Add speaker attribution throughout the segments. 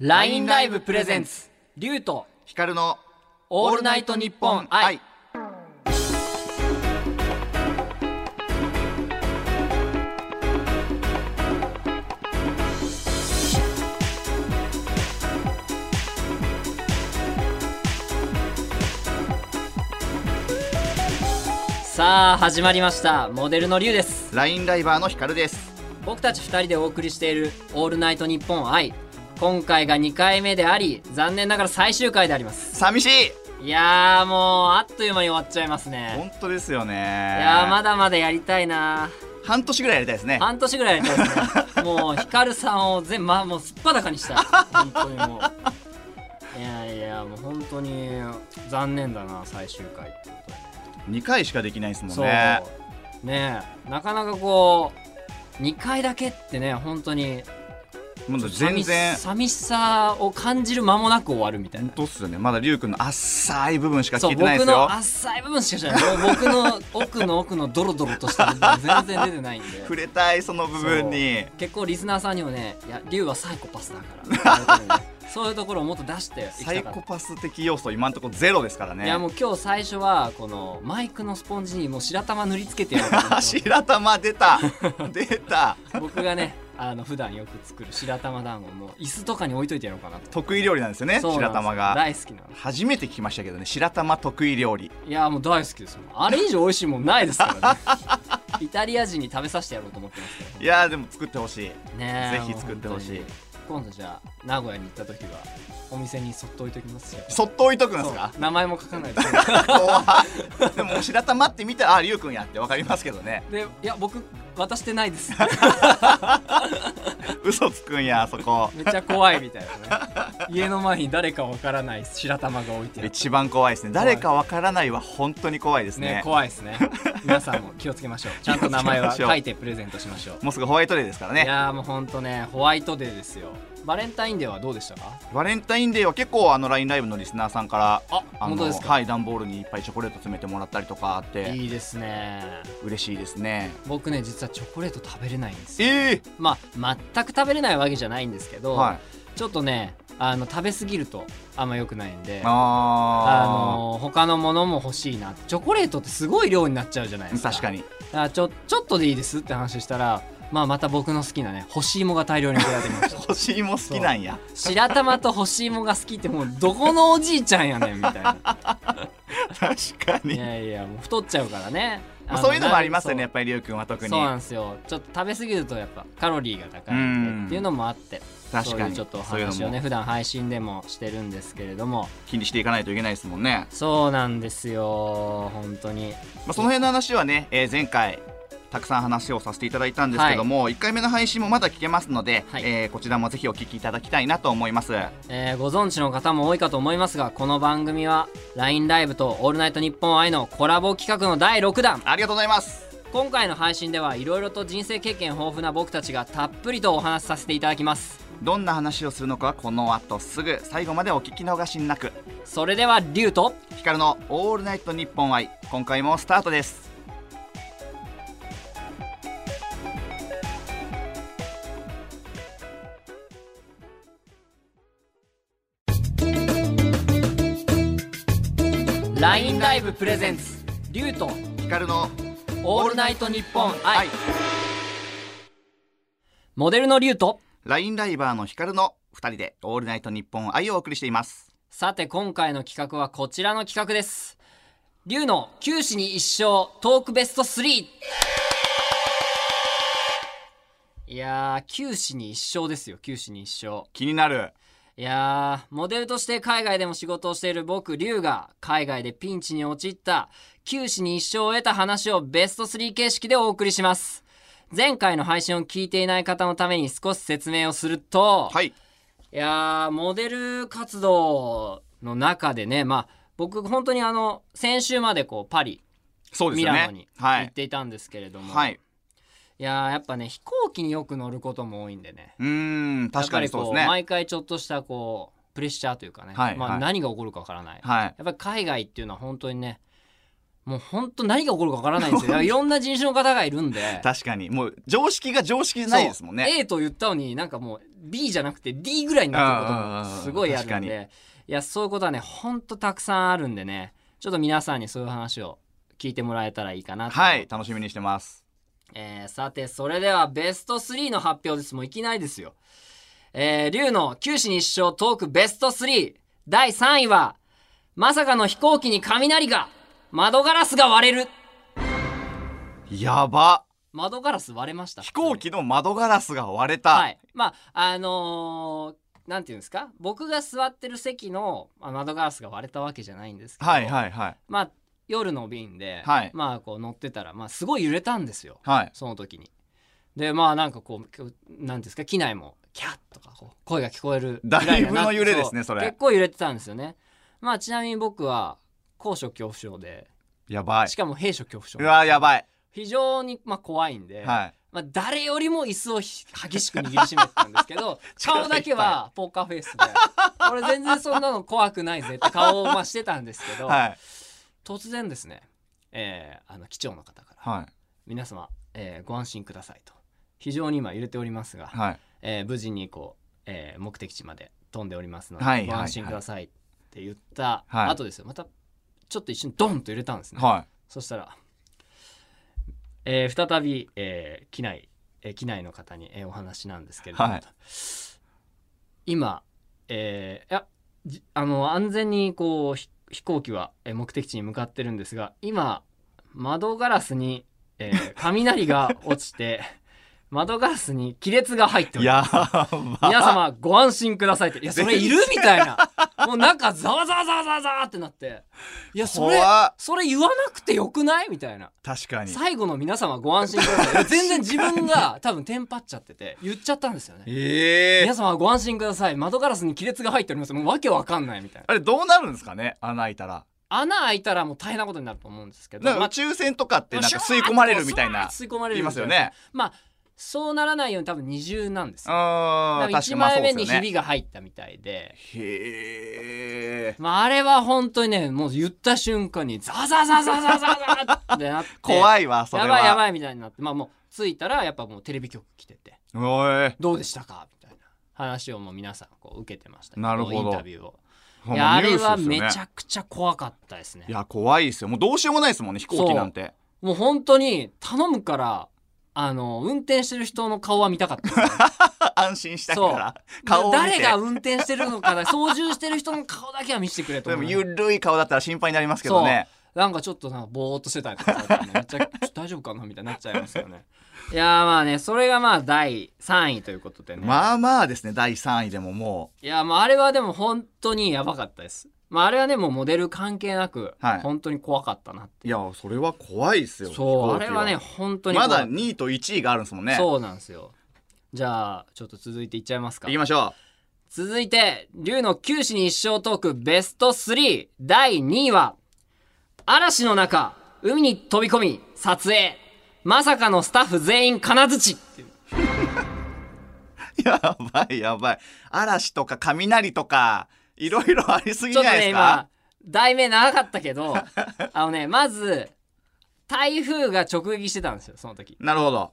Speaker 1: LINE ライブプレゼンツ竜と
Speaker 2: ヒカルの
Speaker 1: オールナイトニッポン愛さあ始まりましたモデルの竜です
Speaker 2: ラインライバーのヒカルです
Speaker 1: 僕たち2人でお送りしている「オールナイトニッポン愛」今回が2回目であり残念ながら最終回であります
Speaker 2: 寂しい
Speaker 1: いやーもうあっという間に終わっちゃいますね
Speaker 2: 本当ですよねい
Speaker 1: いやーま
Speaker 2: だ
Speaker 1: だまだやりたいな
Speaker 2: 半年ぐらいやりたいですね
Speaker 1: 半年ぐらいやりたい ですねもうヒカルさんを全まあもうすっぱだかにした本当にもういやいやもう本当に残念だな最終回ってことは
Speaker 2: 2回しかできないですもん
Speaker 1: そう
Speaker 2: ね
Speaker 1: ねえなかなかこう2回だけってね本当に
Speaker 2: もう全然
Speaker 1: 寂し寂しさを感じる間もなく終わるみたい
Speaker 2: 本
Speaker 1: な
Speaker 2: 当っすよねまだリュウ君の浅い部分しか
Speaker 1: そ
Speaker 2: 聞
Speaker 1: う
Speaker 2: いてないで
Speaker 1: 僕
Speaker 2: すよ
Speaker 1: の浅い部分しか知らない もう僕の奥の奥のドロドロとした部分全然出てないん で
Speaker 2: 触れたいその部分に
Speaker 1: 結構リスナーさんにもね「いや龍はサイコパスだ から」そういうところをもっと出していき
Speaker 2: サ
Speaker 1: た
Speaker 2: イ
Speaker 1: かった
Speaker 2: コ。パス的要素今んとこゼロですからね
Speaker 1: いやもう今日最初はこのマイクのスポンジにもう白玉塗りつけてやる
Speaker 2: 白玉出た出た
Speaker 1: 僕がねあの普段よく作る白玉団子も椅子とかに置いといてやろうかなと
Speaker 2: 得意料理なんですよね
Speaker 1: そうなんで
Speaker 2: 白
Speaker 1: すよ
Speaker 2: 玉が
Speaker 1: 大好きなの
Speaker 2: 初めて聞きましたけどね白玉得意料理
Speaker 1: いやもう大好きですもんあれ以上美味しいもんないです からねイタリア人に食べさせてやろうと思ってますけど
Speaker 2: いやーでも作ってほしい
Speaker 1: ねえ
Speaker 2: ぜひ作ってほしい
Speaker 1: もう本当に今度じゃあ名古屋に行った時はお店にそっと置いときますよ
Speaker 2: そっと置いとくんですか
Speaker 1: そう名前も書かないで
Speaker 2: 怖っでも白玉って見たらありゅうくんやってわかりますけどね
Speaker 1: でいや僕渡してないです
Speaker 2: 嘘つくんやあそこ
Speaker 1: めっちゃ怖いみたいなね家の前に誰かわからない白玉が置いてある
Speaker 2: 一番怖いですね誰かわからないは本当に怖いです
Speaker 1: ね
Speaker 2: ね
Speaker 1: 怖いです ね皆さんも気をつけましょうちゃんと名前は
Speaker 2: 気をつけましょう
Speaker 1: 書いてプレゼントしましょう
Speaker 2: もうすぐホワイトデーですから
Speaker 1: い
Speaker 2: ね
Speaker 1: やーもうほんとねホワイトデーですよバレンタインデーはどうでしたか
Speaker 2: バレンタインデーは結構あの LINE ライブのリスナーさんから
Speaker 1: あ
Speaker 2: あ
Speaker 1: 本
Speaker 2: の
Speaker 1: 当ですか、
Speaker 2: はい段ボールにいっぱいチョコレート詰めてもらったりとかあって
Speaker 1: いいですね
Speaker 2: 嬉しいですね
Speaker 1: 僕ね実はチョコレート食べれないんですよ
Speaker 2: ええ
Speaker 1: まあ全く食べれないわけじゃないんですけど、
Speaker 2: はい
Speaker 1: ちょっとねあの食べ過ぎるとあんま良くないんであ
Speaker 2: あ
Speaker 1: のー他のものも欲しいなチョコレートってすごい量になっちゃうじゃないで
Speaker 2: ー
Speaker 1: すか
Speaker 2: 確かに
Speaker 1: だからちょちょっとでいいですって話したら、まあ、また僕の好きなね干し芋が大量に送られてきました
Speaker 2: 干し芋好きなんや
Speaker 1: 白玉と干し芋が好きってもうどこのおじいちゃんやねんみたいな
Speaker 2: 確か
Speaker 1: い
Speaker 2: に
Speaker 1: やいやもう太っちゃうからね
Speaker 2: まあそういうのもありますよねや
Speaker 1: なん
Speaker 2: っぱりりゅうくんは特
Speaker 1: そうそ
Speaker 2: に
Speaker 1: うなんですよちょっと食べ過ぎるとやっぱカロリーが高いん
Speaker 2: うん
Speaker 1: でっていうのもあって
Speaker 2: 確
Speaker 1: そう
Speaker 2: か
Speaker 1: いう
Speaker 2: に
Speaker 1: ちょっとお
Speaker 2: そういうの
Speaker 1: 話をね
Speaker 2: も
Speaker 1: 普段配信でもしてるんですけれども
Speaker 2: 気にしていかないといけないですもんね
Speaker 1: そうなんですよ本当に
Speaker 2: まあ、その辺の話はね、えー前回たくさん話をさせていただいたんですけども、1回目の配信もまだ聞けますので、
Speaker 1: はい
Speaker 2: えーこちらもぜひお聞きいただきたいなと思います
Speaker 1: えーご存知の方も多いかと思いますがこの番組は LINE ライブと「オールナイトニッポン愛」のコラボ企画の第6弾
Speaker 2: ありがとうございます
Speaker 1: 今回の配信ではいろいろと人生経験豊富な僕たちがたっぷりとお話しさせていただきます
Speaker 2: どんな話をするのかはこの後すぐ最後までお聞き逃しなく
Speaker 1: それではリュウと
Speaker 2: ヒカルの「オールナイトニッポン愛」今回もスタートです
Speaker 1: 「LINE ライブプレゼンツ」リュウと
Speaker 2: ヒカルの
Speaker 1: 「オールナイトニッポン
Speaker 2: 「
Speaker 1: 愛」モデルのリュウと
Speaker 2: LINE ライバーのヒカルの2人で「オールナイトニッポン愛」をお送りしています
Speaker 1: さて今回の企画はこちらの企画ですリュウの「九死に一生トークベスト3」いやー九死に一生ですよ九死に一生
Speaker 2: 気になる
Speaker 1: いやー、モデルとして海外でも仕事をしている僕、リュウが、海外でピンチに陥った、九死に一生を得た話をベスト3形式でお送りします。前回の配信を聞いていない方のために少し説明をすると、
Speaker 2: はい
Speaker 1: いやー、モデル活動の中でね、まあ、僕、本当にあの、先週までこう、パリ、
Speaker 2: そうで
Speaker 1: ミ
Speaker 2: すよ
Speaker 1: ラノ
Speaker 2: ね
Speaker 1: に
Speaker 2: は
Speaker 1: 行っ
Speaker 2: い
Speaker 1: ていたんですけれども、
Speaker 2: はい
Speaker 1: いやー、やっぱね、飛行機によく乗ることも多いんでね、
Speaker 2: うーん確かに
Speaker 1: やっぱ
Speaker 2: そ
Speaker 1: りこ
Speaker 2: うです
Speaker 1: う、
Speaker 2: ね
Speaker 1: 毎回ちょっとしたこうプレッシャーというかね、
Speaker 2: はい
Speaker 1: まあ、
Speaker 2: はい
Speaker 1: 何が起こるかわからない、
Speaker 2: はい
Speaker 1: やっぱり海外っていうのは本当にねもう本当何が起こるかわからないんです よいろんな人種の方がいるんで
Speaker 2: 確かにもう常識が常識ないですもん
Speaker 1: そう
Speaker 2: ね
Speaker 1: A と言ったのになんかもう B じゃなくて D ぐらいになってることもすごいあ
Speaker 2: うん
Speaker 1: るん
Speaker 2: うんうん
Speaker 1: でいやそういうことはねほんとたくさんあるんでねちょっと皆さんにそういう話を聞いてもらえたらいいかなと、
Speaker 2: はい楽しみにしてます
Speaker 1: えーさてそれではベスト3の発表ですもういきなりですよえー、龍の九死に一生トークベスト3第3位はまさかの飛行機に雷が窓ガラスが割れる
Speaker 2: やば
Speaker 1: 窓ガラス割れました
Speaker 2: 飛行機の窓ガラスが割れた、
Speaker 1: はい、まああのーなんていうんですか僕が座ってる席の、まあ、窓ガラスが割れたわけじゃないんですけど、
Speaker 2: はいはいはい
Speaker 1: まあ、夜の便で、
Speaker 2: はい
Speaker 1: まあ、こう乗ってたら、まあ、すごい揺れたんですよ
Speaker 2: はい
Speaker 1: その時に。でまあなんかこうきょなんていうんですか機内も「キャッ」とかこう声が聞こえる
Speaker 2: だいぶ
Speaker 1: ぐ
Speaker 2: の
Speaker 1: らになって
Speaker 2: 揺れですね
Speaker 1: う
Speaker 2: それ
Speaker 1: 結構揺れてたんですよね。まあちなみに僕は高所恐怖症で
Speaker 2: やばい
Speaker 1: しかも閉所恐怖症
Speaker 2: うわやばい、
Speaker 1: 非常にまあ怖いんで、
Speaker 2: はい
Speaker 1: まあ、誰よりも椅子をひ激しく握りしめてたんですけ ど
Speaker 2: 力いっぱ
Speaker 1: 顔
Speaker 2: い
Speaker 1: だけはポーカーフェイスで俺全然そんなの怖くないぜって顔をまあしてたんですけど、
Speaker 2: はい
Speaker 1: 突然ですね、えーあの機長の方から
Speaker 2: はい
Speaker 1: 「皆様、えーご安心ください」と非常に今揺れておりますが、
Speaker 2: はい
Speaker 1: えー無事にこう、えー目的地まで飛んでおりますので、
Speaker 2: はいはい
Speaker 1: ご安心くださいって言った
Speaker 2: はい
Speaker 1: 後ですよ、またちょっと一瞬ドンと揺れたんですね。
Speaker 2: はい
Speaker 1: そしたら、えー再び、えー機内、えー機内の方に、えーお話なんですけれども、
Speaker 2: はい
Speaker 1: 今、えーいやじあの安全にこうひ飛行機は、えー目的地に向かってるんですが今窓ガラスに、えー雷が落ちて 窓ガラスに亀裂が入っております
Speaker 2: やば
Speaker 1: 皆様ご安心くださいっていやそれいるみたい なもう中ざわざわざわざわざわってなっていやそれ
Speaker 2: 怖っ
Speaker 1: それ言わなくてよくないみたいな
Speaker 2: 確かに
Speaker 1: 最後の皆様ご安心くだ さい全然自分が多分テンパっちゃってて言っちゃったんですよね
Speaker 2: ええ
Speaker 1: 皆様ご安心ください窓ガラスに亀裂が入っておりますもうわけわかんないみたいな
Speaker 2: あれどうなるんですかね穴開いたら
Speaker 1: 穴開いたらもう大変なことになると思うんですけど
Speaker 2: なん
Speaker 1: ま
Speaker 2: か
Speaker 1: あ
Speaker 2: 宇宙船とかってなんか吸い込まれるみたいな
Speaker 1: 吸い込まれる
Speaker 2: 言い
Speaker 1: み
Speaker 2: ま
Speaker 1: た
Speaker 2: す
Speaker 1: いな
Speaker 2: よね
Speaker 1: まあそうならないように多分二重なんです
Speaker 2: う
Speaker 1: よ
Speaker 2: ん確か
Speaker 1: 1
Speaker 2: まあ
Speaker 1: 枚
Speaker 2: そうで
Speaker 1: 目に
Speaker 2: すよ
Speaker 1: ひび
Speaker 2: ね
Speaker 1: が入ったみたいで
Speaker 2: へえ
Speaker 1: まああれは本当にねもう言った瞬間にザザザザザザザってなって
Speaker 2: 怖いわそれは
Speaker 1: やばいやばいみたいになってまあもう着いたらやっぱもうテレビ局来てて
Speaker 2: おい
Speaker 1: どうでしたかみたいな話をもう皆さんこう受けてましたけ
Speaker 2: なるほど
Speaker 1: インタビューを
Speaker 2: ほん
Speaker 1: いや
Speaker 2: ま
Speaker 1: あ
Speaker 2: ニュー
Speaker 1: れ
Speaker 2: スですよ
Speaker 1: は
Speaker 2: ね
Speaker 1: めちゃくちゃ怖かったですね
Speaker 2: いや怖いですよもうどうしようもないですもんね飛行機なんて
Speaker 1: もう本当に頼むからあの運転してる人の顔は見たかったですね
Speaker 2: 安心したいから 顔を見て
Speaker 1: 誰が運転してるのかな操縦してる人の顔だけは見せてくれと
Speaker 2: で
Speaker 1: 思
Speaker 2: も
Speaker 1: う
Speaker 2: ゆるい顔だったら心配になりますけどね
Speaker 1: なんかちょっとなんかぼーっとしてたりとか、ね、めっちゃちょっと大丈夫かなみたいになっちゃいますよねいやーまあねそれがまあ第3位ということでね
Speaker 2: まあまあですね第3位でもも
Speaker 1: いやもうあれはでも本当にやばかったです。まああれはねもうモデル関係なく、
Speaker 2: はい
Speaker 1: 本当に怖かったなって。
Speaker 2: ういやそれは怖いですよ
Speaker 1: そうあ
Speaker 2: 飛行機
Speaker 1: れはね本当に
Speaker 2: ま
Speaker 1: 怖かっ
Speaker 2: だ
Speaker 1: た、
Speaker 2: 2位と1位があるんですもんね
Speaker 1: そうなんですよ。じゃあちょっと続いていっちゃいますか
Speaker 2: 行き。ましょ
Speaker 1: 続いて龍の九死に一生トークベスト3第2位は嵐の中海に飛び込み撮影まさかのスタッフ全員金槌っていう
Speaker 2: うやばいやばい嵐とか雷とかいろいろありすぎ
Speaker 1: ち
Speaker 2: じ
Speaker 1: ょ
Speaker 2: ゃ
Speaker 1: っと
Speaker 2: ないで
Speaker 1: ね
Speaker 2: す
Speaker 1: 今
Speaker 2: か
Speaker 1: 題名長かったけどあのねまず台風が直撃してたんですよその時
Speaker 2: なるほど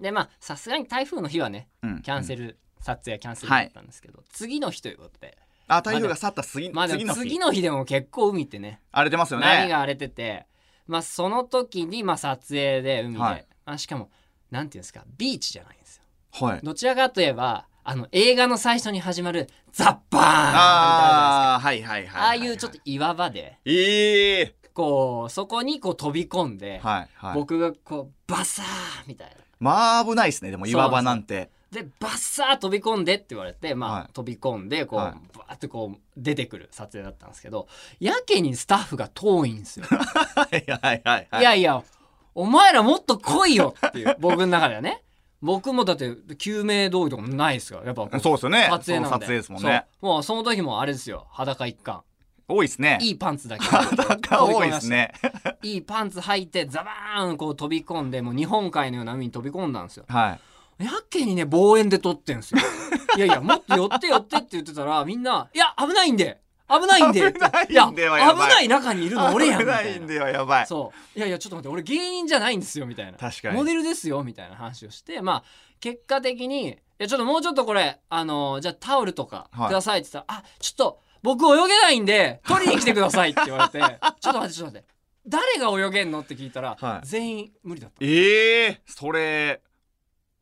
Speaker 1: でまあさすがに台風の日はね
Speaker 2: うん
Speaker 1: キャンセル、撮影はキャンセルだったんですけど、次の日ということで
Speaker 2: あ台風が去った次,、
Speaker 1: まあで
Speaker 2: 次の
Speaker 1: も
Speaker 2: 日
Speaker 1: 次の日でも結構海ってね
Speaker 2: 荒れてますよ
Speaker 1: 波
Speaker 2: ね
Speaker 1: が荒れててまあその時にまあ撮影で海で、
Speaker 2: はい
Speaker 1: まあ、しかもなんていうんですかビーチじゃないんですよ
Speaker 2: はい
Speaker 1: どちらかといえばあの映画の最初に始まる「ザッバーン!」みたいなのあるじゃないですか
Speaker 2: ああはいはいはいは
Speaker 1: ああいうちょっと岩場で
Speaker 2: ええ
Speaker 1: こうそこにこう飛び込んで、
Speaker 2: はいはい
Speaker 1: 僕がこうバサーみたいな
Speaker 2: まあ危ないですねでも岩場なんて
Speaker 1: でバッサー飛び込んでって言われて、まあ
Speaker 2: はい
Speaker 1: 飛び込んでこう、
Speaker 2: はい
Speaker 1: バーってこう出てくる撮影だったんですけどやけにスタッフが遠いんですよ。
Speaker 2: はいはいはいはい
Speaker 1: いやいやお前らもっと来いよって いう僕の中ではね僕もだって救命胴衣とかもないですからやっぱこう
Speaker 2: そうですよね
Speaker 1: 撮影なんで
Speaker 2: その撮影ですもんね
Speaker 1: そうもうその時もあれですよ裸一貫
Speaker 2: 多いですね
Speaker 1: いいパンツだけ
Speaker 2: 裸多いですね
Speaker 1: いいパンツ履いてザバーンこう飛び込んでもう日本海のような海に飛び込んだんですよ。
Speaker 2: はい
Speaker 1: やけにね 望遠で撮ってんすよいやいやもっと寄って寄ってって言ってたらみんな「いや危ないんで危ないんで
Speaker 2: 危ないんで
Speaker 1: や
Speaker 2: はや
Speaker 1: 危
Speaker 2: ばい
Speaker 1: ない中にいるの俺やん
Speaker 2: 危
Speaker 1: みた
Speaker 2: ないい
Speaker 1: なん
Speaker 2: ではやばい
Speaker 1: そういやいやちょっと待って俺芸人じゃないんですよみたいな
Speaker 2: 確かに
Speaker 1: モデルですよみたいな話をしてまあ結果的にいやちょっともうちょっとこれあのじゃあタオルとか
Speaker 2: はい
Speaker 1: くださいって言ったら、あちょっと僕泳げないんで取りに来てくださいって言われ てちょっと待ってちょっと待って誰が泳げんのって聞いたら、
Speaker 2: はい
Speaker 1: 全員無理だった
Speaker 2: ええそれ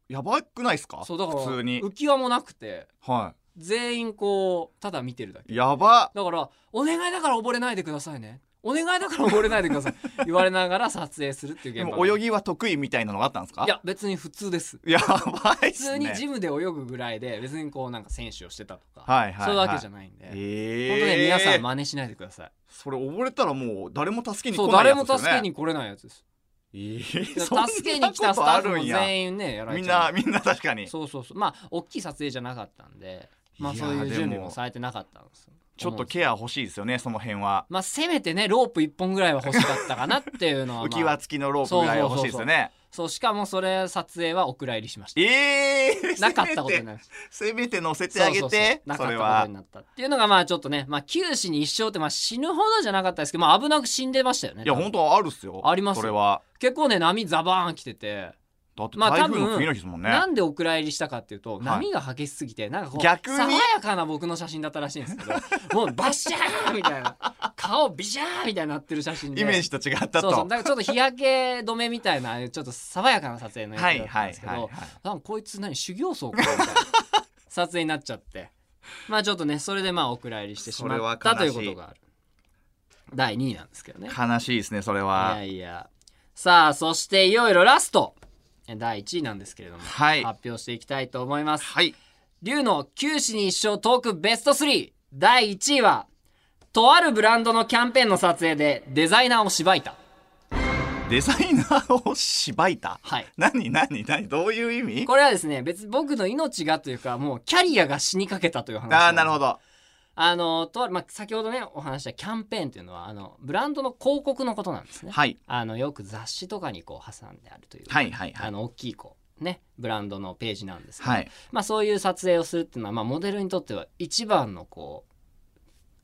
Speaker 2: やばくないですか
Speaker 1: そうだから
Speaker 2: 普通に
Speaker 1: 浮き輪もなくて
Speaker 2: は
Speaker 1: 全員こうただ見てるだけ
Speaker 2: いやば
Speaker 1: だから「お願いだから溺れないでくださいね」「お願いだから溺れないでください」 言われながら撮影するってい
Speaker 2: で
Speaker 1: う現
Speaker 2: も
Speaker 1: 場
Speaker 2: 泳ぎは得意みたいなのがあったんですか
Speaker 1: いや別に普通です
Speaker 2: やばいっ
Speaker 1: 普
Speaker 2: す
Speaker 1: 通
Speaker 2: ね
Speaker 1: にジムで泳ぐぐらいで別にこうなんか選手をしてたとか、
Speaker 2: はいはいはい
Speaker 1: そういうわけじゃないんで、
Speaker 2: ええ
Speaker 1: 本当ね皆さん真似しないでくださ
Speaker 2: それ溺れたらもう誰も助け
Speaker 1: い
Speaker 2: に
Speaker 1: そ
Speaker 2: 来
Speaker 1: う
Speaker 2: ない
Speaker 1: 誰
Speaker 2: や
Speaker 1: も
Speaker 2: つです
Speaker 1: 助
Speaker 2: よ
Speaker 1: け
Speaker 2: ね
Speaker 1: に来れないやつです
Speaker 2: えーそんなこと
Speaker 1: 助けに来たスタッフも
Speaker 2: あるんや
Speaker 1: 全員ねやられ
Speaker 2: みん
Speaker 1: ちゃ
Speaker 2: な
Speaker 1: う
Speaker 2: みんな確かに
Speaker 1: そうそうそうまあ大きい撮影じゃなかったんでまあ
Speaker 2: いや
Speaker 1: そ
Speaker 2: ー
Speaker 1: ういう準備
Speaker 2: で
Speaker 1: も
Speaker 2: も
Speaker 1: されてなかったんです
Speaker 2: ちょっとケア欲しいですよねその辺は
Speaker 1: まあせめてねロープ1本ぐらいは欲しかったかなっていう のは、
Speaker 2: 浮
Speaker 1: ま
Speaker 2: き輪
Speaker 1: あ、
Speaker 2: 付きのロープぐらいは欲しいですよね
Speaker 1: そうしかもそれ撮影はお蔵入りしました
Speaker 2: ええー
Speaker 1: なかったこと
Speaker 2: せ
Speaker 1: に
Speaker 2: めて
Speaker 1: なりました
Speaker 2: せめて乗せて
Speaker 1: そ
Speaker 2: あ
Speaker 1: う
Speaker 2: げ
Speaker 1: そうそう
Speaker 2: て
Speaker 1: なか
Speaker 2: そ
Speaker 1: った
Speaker 2: れ
Speaker 1: こと
Speaker 2: は
Speaker 1: になったっていうのがまあちょっとね、まあ、九死に一生ってまあ死ぬほどじゃなかったですけど、まあ、危なく死んでましたよね
Speaker 2: いや本当はあるっすよ
Speaker 1: ありますよ
Speaker 2: それは
Speaker 1: 結構ね波ザバーン来てて、
Speaker 2: だって
Speaker 1: まあ
Speaker 2: 台
Speaker 1: 多
Speaker 2: 風
Speaker 1: 分
Speaker 2: の次の日ですもんね、
Speaker 1: なんでお蔵入りしたかっていうと
Speaker 2: い
Speaker 1: 波が激しすぎて、なんかこう
Speaker 2: 逆に
Speaker 1: 爽やかな僕の写真だったらしいんですけどもうバシャーンみたいな顔ビシャーンみたいになってる写真で
Speaker 2: イメージと違った
Speaker 1: そ
Speaker 2: と
Speaker 1: うそうだからちょっと日焼け止めみたいなああいうちょっと爽やかな撮影のやつだ
Speaker 2: は
Speaker 1: っ
Speaker 2: い
Speaker 1: たん
Speaker 2: はい
Speaker 1: ですけど、
Speaker 2: はいはい
Speaker 1: なんかこいつ何修行僧かみたいな撮影になっちゃって まあちょっとねそれでまあお蔵入りしてし
Speaker 2: それ
Speaker 1: ま
Speaker 2: は
Speaker 1: ったとい
Speaker 2: 悲
Speaker 1: う
Speaker 2: しい
Speaker 1: ことがある第2位なんですけどね
Speaker 2: 悲しいですねそれ
Speaker 1: い
Speaker 2: は
Speaker 1: やいやさあそしていよいよラストえ第1位なんですけれども、
Speaker 2: はい
Speaker 1: 発表していきたいと思います
Speaker 2: はい
Speaker 1: 龍の九死に一生トークベスト3第1位はとあるブランドのキャンペーンの撮影でデザイナーをしばいた
Speaker 2: デザイナーをしばいた
Speaker 1: はい
Speaker 2: 何何何どういう意味
Speaker 1: これはですね別に僕の命がというかもうキャリアが死にかけたという話んです
Speaker 2: ああなるほど
Speaker 1: あのとあるまあ、先ほどねお話ししたキャンペーンというのはあのブランドの広告のことなんですね、
Speaker 2: はい
Speaker 1: あのよく雑誌とかにこう挟んであるというか、
Speaker 2: はいはいは
Speaker 1: あ
Speaker 2: い
Speaker 1: の大きいこうねブランドのページなんですけど、
Speaker 2: はい
Speaker 1: まあ、そういう撮影をするっていうのは、まあ、モデルにとっては一番のこう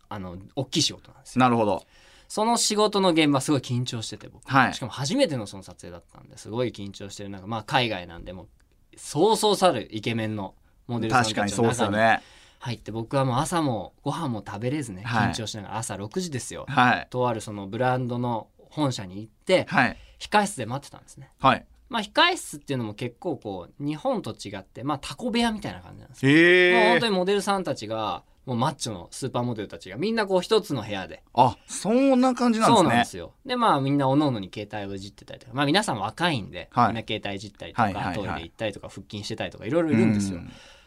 Speaker 1: あの大きい仕事なんですよ
Speaker 2: なるほど
Speaker 1: その仕事の現場すごい緊張してて僕
Speaker 2: はい
Speaker 1: しかも初めてのその撮影だったんですごい緊張してる中、まあ、海外なんでもうそうそう去るイケメンのモデルさんた
Speaker 2: 確
Speaker 1: ち
Speaker 2: か
Speaker 1: の
Speaker 2: にそうです
Speaker 1: 中
Speaker 2: よ
Speaker 1: に
Speaker 2: ね
Speaker 1: 入って僕はもう朝もご飯も食べれずね
Speaker 2: はい
Speaker 1: 緊張しながら朝6時ですよ、
Speaker 2: はい
Speaker 1: とあるそのブランドの本社に行って
Speaker 2: はい
Speaker 1: 控室で待ってたんですね
Speaker 2: はい
Speaker 1: まあ控室っていうのも結構こう日本と違ってまあタコ部屋みたいな感じなんですよ、もう
Speaker 2: へ
Speaker 1: 本
Speaker 2: え
Speaker 1: 当にモデルさんたちがもうマッチョのスーパーモデルたちがみんなこう一つの部屋で
Speaker 2: あそんな感じなんで
Speaker 1: そ
Speaker 2: す
Speaker 1: うなんで
Speaker 2: ね
Speaker 1: すよでまあみんなおのおのに携帯をいじってたりとかまあ皆さん若いんで、
Speaker 2: はい
Speaker 1: みんな携帯いじったりとか、
Speaker 2: はいはいはい
Speaker 1: トイレ行ったりとか腹筋してたりとかいろいろいるんですよ
Speaker 2: う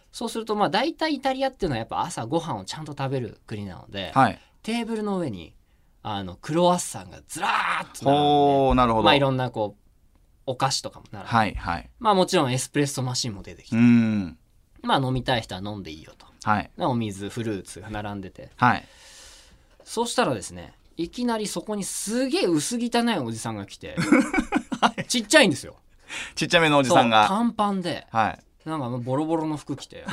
Speaker 1: そうするとまあ大体イタリアっていうのはやっぱ朝ご飯をちゃんと食べる国なので、
Speaker 2: はい
Speaker 1: テーブルの上にあのクロワッサンがずらーっと並んで
Speaker 2: ほうなるほど
Speaker 1: まあいろんなこうお菓子とかも並んで、
Speaker 2: はいはい
Speaker 1: まあもちろんエスプレッソマシンも出てき
Speaker 2: う
Speaker 1: て、
Speaker 2: ん
Speaker 1: まあ飲みたい人は飲んでいいよと
Speaker 2: はい
Speaker 1: お水フルーツが並んでて
Speaker 2: はい
Speaker 1: そうしたらですねいきなりそこにすげえ薄汚いおじさんが来 てちっちゃいんですよ
Speaker 2: ちっちゃめのおじさん
Speaker 1: そう
Speaker 2: が
Speaker 1: 短パンで
Speaker 2: はい
Speaker 1: なんかもうボロボロの服着て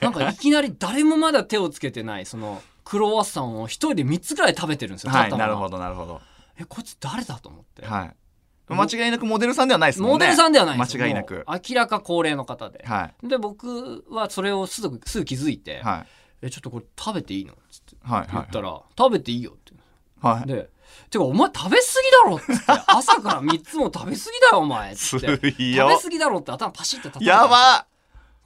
Speaker 1: なんかいきなり誰もまだ手をつけてないそのクロワッサンを一人で3つぐらい食べてるんですよ、
Speaker 2: はい
Speaker 1: 片
Speaker 2: なる
Speaker 1: 方
Speaker 2: ほどなるほど
Speaker 1: えこいつ誰だと思って、
Speaker 2: はい間違いなくモデルさんではないですもんね
Speaker 1: モデルさんではないんですよ
Speaker 2: 間違いなく
Speaker 1: もう明らか高齢の方で、
Speaker 2: は
Speaker 1: で僕はそれをすぐすぐ気づいて、
Speaker 2: いはい
Speaker 1: えちょっとこれ食べていいの?」っつって
Speaker 2: はい
Speaker 1: 言
Speaker 2: は
Speaker 1: ったら「食べていいよ」って
Speaker 2: いはい
Speaker 1: で「てかお前食べ過ぎだろ」っつって「朝から3つも食べ過ぎだよお前」っつ
Speaker 2: す
Speaker 1: って「食べ
Speaker 2: よ
Speaker 1: 過ぎだろ」って頭パシッて叩いた
Speaker 2: やば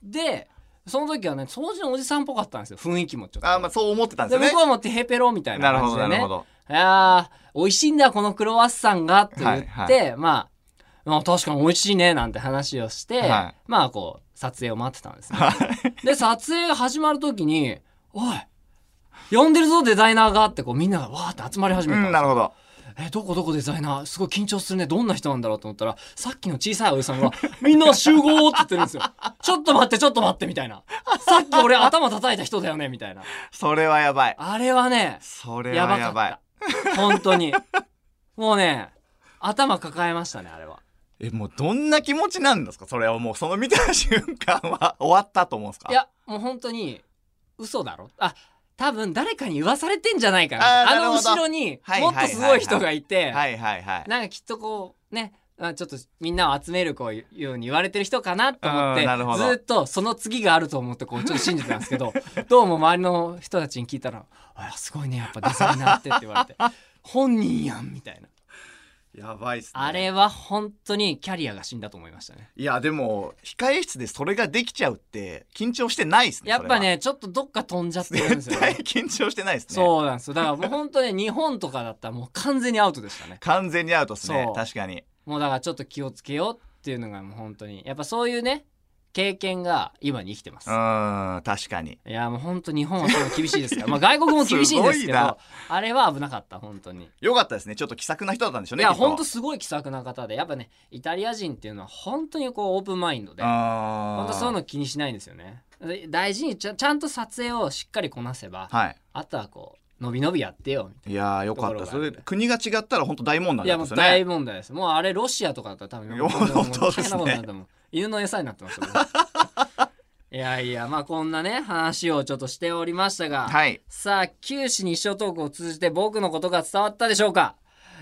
Speaker 1: でその時はね掃除のおじさんっぽかったんですよ雰囲気もちょっと。
Speaker 2: あーまあそう思ってたんで
Speaker 1: です
Speaker 2: ね
Speaker 1: 向こうもテヘペロみたい
Speaker 2: な
Speaker 1: な
Speaker 2: る
Speaker 1: 感
Speaker 2: ほ
Speaker 1: じ
Speaker 2: ど
Speaker 1: で
Speaker 2: なる
Speaker 1: ね
Speaker 2: ほど
Speaker 1: 「いやー美味しいんだこのクロワッサンが」って言って、
Speaker 2: はい
Speaker 1: まあ、まあ確かに美味しいねなんて話をして、
Speaker 2: はい
Speaker 1: まあこう撮影を待ってたんですね。で撮影が始まる時に「おい呼んでるぞデザイナーが」ってこうみんながわーって集まり始
Speaker 2: う
Speaker 1: めたんです
Speaker 2: ん
Speaker 1: よ
Speaker 2: なるほど
Speaker 1: えどこどこデザイナーすごい緊張するねどんな人なんだろうと思ったらさっきの小さいおじさんが 「みんな集合!」って言ってるんですよ「ちょっと待ってちょっと待って」みたいな「さっき俺頭叩いた人だよね」みたいな
Speaker 2: それはやばい
Speaker 1: あれはね
Speaker 2: それ
Speaker 1: や
Speaker 2: は
Speaker 1: ば
Speaker 2: や
Speaker 1: か
Speaker 2: ばい
Speaker 1: った本当にもうね頭抱えましたねあれは
Speaker 2: えもうどんな気持ちなんですかそれはもうその見た瞬間は終わったと思うんですか
Speaker 1: いやもう本当に嘘だろあ多分誰かに言わされてんじゃないか
Speaker 2: あ
Speaker 1: な
Speaker 2: ーなる
Speaker 1: あの
Speaker 2: ほど
Speaker 1: 後ろに
Speaker 2: はい
Speaker 1: も
Speaker 2: は
Speaker 1: っと
Speaker 2: いはいはい
Speaker 1: すごい人がいて
Speaker 2: はいはいはい。
Speaker 1: なんかきっとこうねあちょっとみんなを集めるこういうように言われてる人かなと思って
Speaker 2: うんなるほど
Speaker 1: ずっとその次があると思ってこうちょっと信じてたんですけ どどうも周りの人たちに聞いたら「あすごいねやっぱデザイナーって」って言われて 「本人やん」みたいな
Speaker 2: やばいっすね。
Speaker 1: あれは本当にキャリアが死んだと思いましたね
Speaker 2: いやでも控え室でそれができちゃうって緊張してないですね。
Speaker 1: やっぱねちょっとどっか飛んじゃっ
Speaker 2: そ
Speaker 1: て
Speaker 2: れ
Speaker 1: る
Speaker 2: は。
Speaker 1: んですよ
Speaker 2: 絶対
Speaker 1: ね
Speaker 2: 緊張してないですね。
Speaker 1: そうなんですよだからもう本当ね日本とかだったらもう完全にアウトでしたね
Speaker 2: 完全にアウトですね
Speaker 1: そう。
Speaker 2: 確かに。
Speaker 1: もうだからちょっと気をつけようっていうのがもう本当にやっぱそういうね経験が今に生きてます
Speaker 2: うーん確かに。
Speaker 1: いやもう本当日本はそういうの厳しいですからまあ外国も厳しいんですけ
Speaker 2: すごい
Speaker 1: ど
Speaker 2: な
Speaker 1: あれは危なかった本当に
Speaker 2: 良かったですね。ちょっと気さくな人だったんでしょう
Speaker 1: い
Speaker 2: ね。
Speaker 1: や
Speaker 2: きっと
Speaker 1: 本当すごい気さくな方でやっぱねイタリア人っていうのは本当にこうオープンマインドで
Speaker 2: あー
Speaker 1: 本当そういうの気にしないんですよねで大事にちゃちゃんと撮影をしっかりこなせば
Speaker 2: はい。
Speaker 1: あとはこうのびのびやってよみたい
Speaker 2: いやーよかっ
Speaker 1: ところ
Speaker 2: た。
Speaker 1: が
Speaker 2: それ国が違ったら本当大問
Speaker 1: ない
Speaker 2: 題な
Speaker 1: や
Speaker 2: ん
Speaker 1: もう
Speaker 2: ですよね
Speaker 1: 大。問題ですもうあれロシアとかだったら多分
Speaker 2: いや本当ですね
Speaker 1: もう大変なことになると思う犬の餌になって ますよいやいやまあこんなね話をちょっとしておりましたが
Speaker 2: はい。
Speaker 1: さあ九死に一生トークを通じて僕のことが伝わったでしょうか、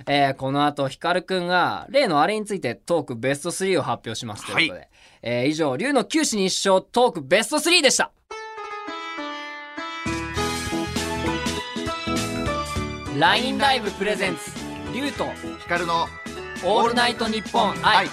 Speaker 1: えーこの後ヒカルくんが例のあれについてトークベスト3を発表しますということで、えー以上龍の九死に一生トークベスト3でした「LINE ライブプレゼンツ龍と
Speaker 2: ヒカルの
Speaker 1: オールナイトニッポン
Speaker 2: は
Speaker 1: 愛
Speaker 2: い」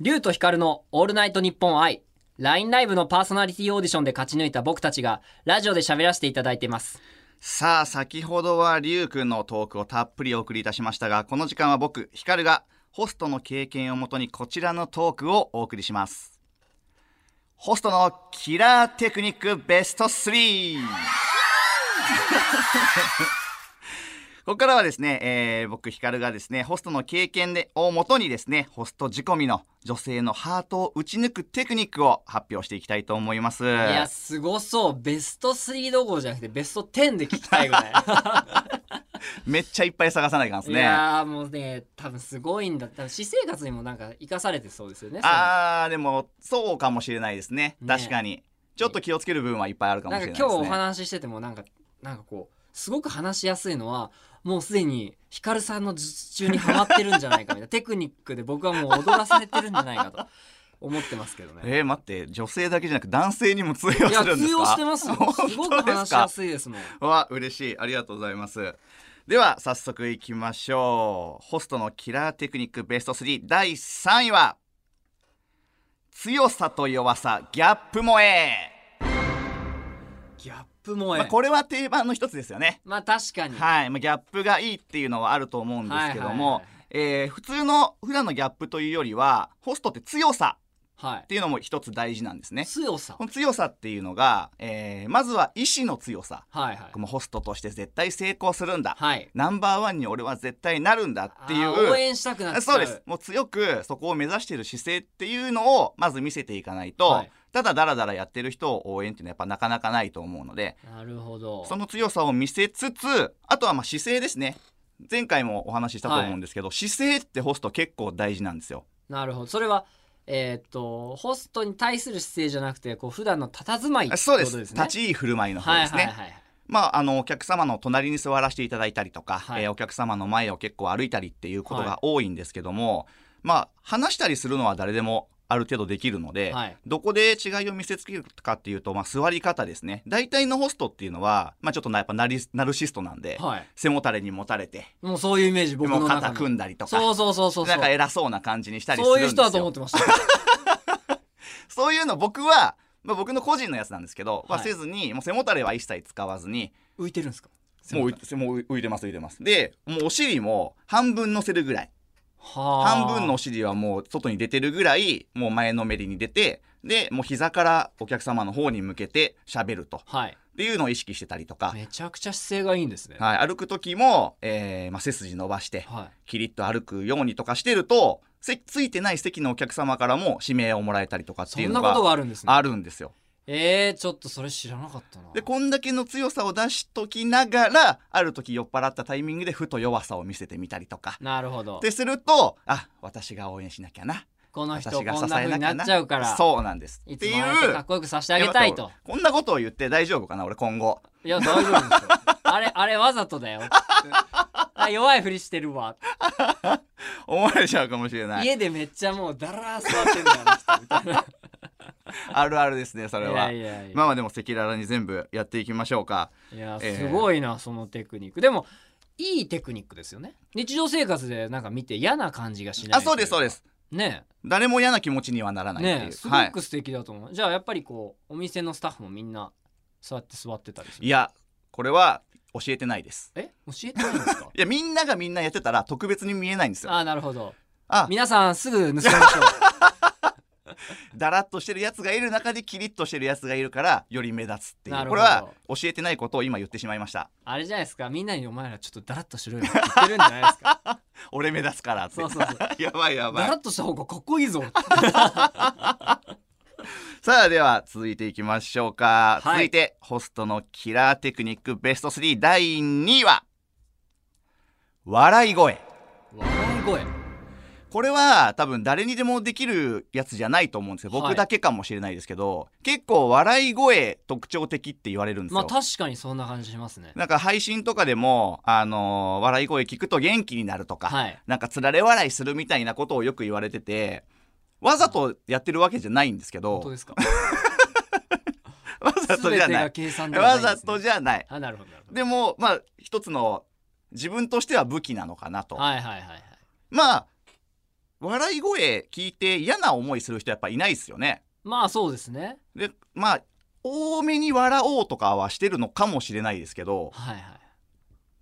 Speaker 1: 龍と光の「オールナイトニッポン愛」LINE ライブのパーソナリティオーディションで勝ち抜いた僕たちがラジオで喋らせていただいています
Speaker 2: さあ先ほどはリュウくんのトークをたっぷりお送りいたしましたがこの時間は僕ヒカルがホストの経験をもとにこちらのトークをお送りしますホストのキラーテクニックベスト3ここからはですね、えー僕ヒカルがですねホストの経験でをもとにですねホスト仕込みの女性のハートを打ち抜くテクニックを発表していきたいと思います
Speaker 1: いや、すごそう。ベスト3どころじゃなくて、ベスト10で聞きたいぐ らい。
Speaker 2: めっちゃいっぱい探さないかんです
Speaker 1: い
Speaker 2: ね
Speaker 1: やー、もうね、多分すごいんだ。多分私生活にもなんか生かされてそうですよね。
Speaker 2: あーでもそうかもしれないですね
Speaker 1: ね
Speaker 2: 確かにちょっと気をつける部分はいっぱいある
Speaker 1: そ
Speaker 2: か
Speaker 1: のな
Speaker 2: もし
Speaker 1: ん
Speaker 2: れ
Speaker 1: か
Speaker 2: ないで
Speaker 1: 今日
Speaker 2: す
Speaker 1: お
Speaker 2: ね
Speaker 1: 話ししてても、なんか、なんかこう、すごく話しやすいのは、もうすでにヒカルさんの術中にハマってるんじゃないかみた いな。テクニックで僕はもう踊らされてるんじゃないかと思ってますけどね。
Speaker 2: えー、待って女性だけじゃなく男性にも通用するん
Speaker 1: い
Speaker 2: で
Speaker 1: や、
Speaker 2: すか。
Speaker 1: 通用してますよ
Speaker 2: 本
Speaker 1: すごく
Speaker 2: 当で
Speaker 1: 話
Speaker 2: す
Speaker 1: しや
Speaker 2: か
Speaker 1: すいですもん。
Speaker 2: わ嬉しいありがとうございますでは早速いきましょうホストのキラーテクニックベスト3第3位は強さと弱さギャップ萌え、
Speaker 1: ギャップ萌
Speaker 2: まあ、
Speaker 1: え。
Speaker 2: これは定番の一つですよね
Speaker 1: まあ確かに。
Speaker 2: はい、まあ、ギャップがいいっていうのはあると思うんですけども、
Speaker 1: はいはいはい
Speaker 2: えー普通の普段のギャップというよりはホストって強さ
Speaker 1: は
Speaker 2: っていうのも一つ大事なんです
Speaker 1: い。
Speaker 2: ね。
Speaker 1: 強さ
Speaker 2: こ。の強さっていうのが、えーまずは意志の強さ
Speaker 1: はいはい。
Speaker 2: もうホストとして絶対成功するんだ、
Speaker 1: はい。
Speaker 2: ナンバーワンに俺は絶対なるんだってい
Speaker 1: あー応
Speaker 2: う。
Speaker 1: 援したくなっちゃう
Speaker 2: そうですもう強くそこを目指している姿勢っていうのをまず見せていかないと、
Speaker 1: はい
Speaker 2: ただダラダラやってる人を応援っていうのはやっぱなかなかないと思うので
Speaker 1: なるほど
Speaker 2: その強さを見せつつあとはまあ姿勢ですね前回もお話ししたと思うんですけど、姿勢ってホスト結構大事なんですよ
Speaker 1: なるほどそれはえーっとホストに対する姿勢じゃなくてこう普段の佇まいってこと
Speaker 2: そう
Speaker 1: で
Speaker 2: です
Speaker 1: すね
Speaker 2: 立ちいい振る舞いの方
Speaker 1: はい
Speaker 2: ですね、
Speaker 1: はいはい
Speaker 2: まああのお客様の隣に座らせていただいたりとか、
Speaker 1: はい
Speaker 2: えーお客様の前を結構歩いたりっていうことが多いんですけども、まあ話したりするのは誰でもある程度できるので、
Speaker 1: はい
Speaker 2: どこで違いを見せつけるかっていうと、まあ、座り方ですね大体のホストっていうのは、まあ、ちょっとなやっぱナリナルシストなんで、
Speaker 1: はい
Speaker 2: 背もたれにもたれて
Speaker 1: もうそういうイメージ僕
Speaker 2: も
Speaker 1: の
Speaker 2: う肩
Speaker 1: 中の
Speaker 2: 組んだりとか
Speaker 1: そうそうそうそうそ
Speaker 2: なんか
Speaker 1: う
Speaker 2: 偉そうな感じにしたりするん
Speaker 1: そ
Speaker 2: で
Speaker 1: う
Speaker 2: す
Speaker 1: い
Speaker 2: よ
Speaker 1: う人だと思ってました
Speaker 2: そういうの僕は、まあ、僕の個人のやつなんですけど、まあ
Speaker 1: はい
Speaker 2: せずにもう背もたれは一切使わずに
Speaker 1: 浮いてるんですか
Speaker 2: もう浮いてもう浮いてます浮いてますでもうお尻も半分乗せるぐらい
Speaker 1: はあ
Speaker 2: 半分のお尻はもう外に出てるぐらいもう前のめりに出てでもう膝からお客様の方に向けて喋るとっ
Speaker 1: はい
Speaker 2: ていうのを意識してたりとか、
Speaker 1: めちゃくちゃ姿勢がいいんですね
Speaker 2: はい、歩く時も、えーまあ、背筋伸ばして
Speaker 1: は
Speaker 2: キリッと歩くようにとかしてるとせついてない席のお客様からも指名をもらえたりと
Speaker 1: い
Speaker 2: かって
Speaker 1: そ
Speaker 2: いうんの
Speaker 1: なこと
Speaker 2: が
Speaker 1: があるんですね
Speaker 2: あるんですよ。
Speaker 1: えーちょっとそれ知らなかったな
Speaker 2: でこんだけの強さを出しときながらある時酔っ払ったタイミングでふと弱さを見せてみたりとか
Speaker 1: なるほど
Speaker 2: でするとあ私が応援しなきゃな
Speaker 1: この人
Speaker 2: 私が
Speaker 1: こん
Speaker 2: 支
Speaker 1: な
Speaker 2: え
Speaker 1: 風
Speaker 2: な
Speaker 1: に
Speaker 2: きゃ
Speaker 1: なっちゃうから
Speaker 2: そうなんです
Speaker 1: い
Speaker 2: って
Speaker 1: つ
Speaker 2: い
Speaker 1: もああやって
Speaker 2: う
Speaker 1: かっこよくさせてあげたい
Speaker 2: や
Speaker 1: と
Speaker 2: 待って俺こんなことを言って大丈夫かな俺今後
Speaker 1: いや大丈夫ですよ あれあれわざとだよあ弱いふりしてるわ
Speaker 2: 思われちゃうかもしれない
Speaker 1: 家でめっちゃもうだらー座ってんだよあの人みたいな
Speaker 2: あるあるですね それはい
Speaker 1: やいやいや
Speaker 2: まあまあでも赤裸々に全部やっていきましょうか
Speaker 1: いや
Speaker 2: ええ
Speaker 1: すごいな、そのテクニックでもいいテクニックですよね日常生活でなんか見て嫌な感じがしない
Speaker 2: あそうですそうですす
Speaker 1: ね
Speaker 2: 誰も嫌な気持ちにはなら
Speaker 1: え
Speaker 2: ないっていう、
Speaker 1: ねえすご
Speaker 2: はい
Speaker 1: く素敵だと思う、じゃあやっぱりこうお店のスタッフもみんな座って座ってたりする
Speaker 2: いやこれは教えてないです
Speaker 1: え教えてないんですか
Speaker 2: いやみんながみんなやってたら特別に見えないんですよ
Speaker 1: ああなるほど
Speaker 2: あ
Speaker 1: 皆さんすぐ盗みましょう
Speaker 2: だらっとしてるやつがいる中でキリッとしてるやつがいるからより目立つってい
Speaker 1: な
Speaker 2: う
Speaker 1: る
Speaker 2: こ
Speaker 1: ほ
Speaker 2: れ
Speaker 1: ど
Speaker 2: は教えてないことを今言ってしまいました
Speaker 1: あれじゃないですかみんなにお前らちょっとだらっとしろよって言ってるんじゃないですか
Speaker 2: 俺目立つからって
Speaker 1: そうそうそう
Speaker 2: やばいやば
Speaker 1: だ
Speaker 2: い
Speaker 1: らっとした方がかっこいいぞ
Speaker 2: さあでは続いていきましょうか、
Speaker 1: はい
Speaker 2: 続いてホストのキラーテクニックベスト3第2位は笑い声
Speaker 1: 笑い声
Speaker 2: これは多分誰にでもできるやつじゃないと思うんですけど
Speaker 1: は
Speaker 2: 僕
Speaker 1: い
Speaker 2: だけかもしれないですけど、結構笑い声特徴的って言われるんです
Speaker 1: ま
Speaker 2: よ、
Speaker 1: あ確かにそんな感じしますね
Speaker 2: なんか配信とかでも、あのー笑い声聞くと元気になるとか、
Speaker 1: はい
Speaker 2: なんかつられ笑いするみたいなことをよく言われててわざとやってるわけじゃないんですけ
Speaker 1: 本当
Speaker 2: ど
Speaker 1: ですか
Speaker 2: わざと
Speaker 1: 全
Speaker 2: じゃ
Speaker 1: て
Speaker 2: な
Speaker 1: が
Speaker 2: い
Speaker 1: 計算ではない
Speaker 2: わ
Speaker 1: んですね
Speaker 2: ざとじゃない
Speaker 1: あなるほどなるほど
Speaker 2: でもまあ一つの自分としては武器なのかなと、
Speaker 1: はいはいはいはい
Speaker 2: まあ笑い声聞いて嫌な思いする人やっぱいないですよね
Speaker 1: まあそうですね
Speaker 2: でまあ多めに笑おうとかはしてるのかもしれないですけど
Speaker 1: はいはい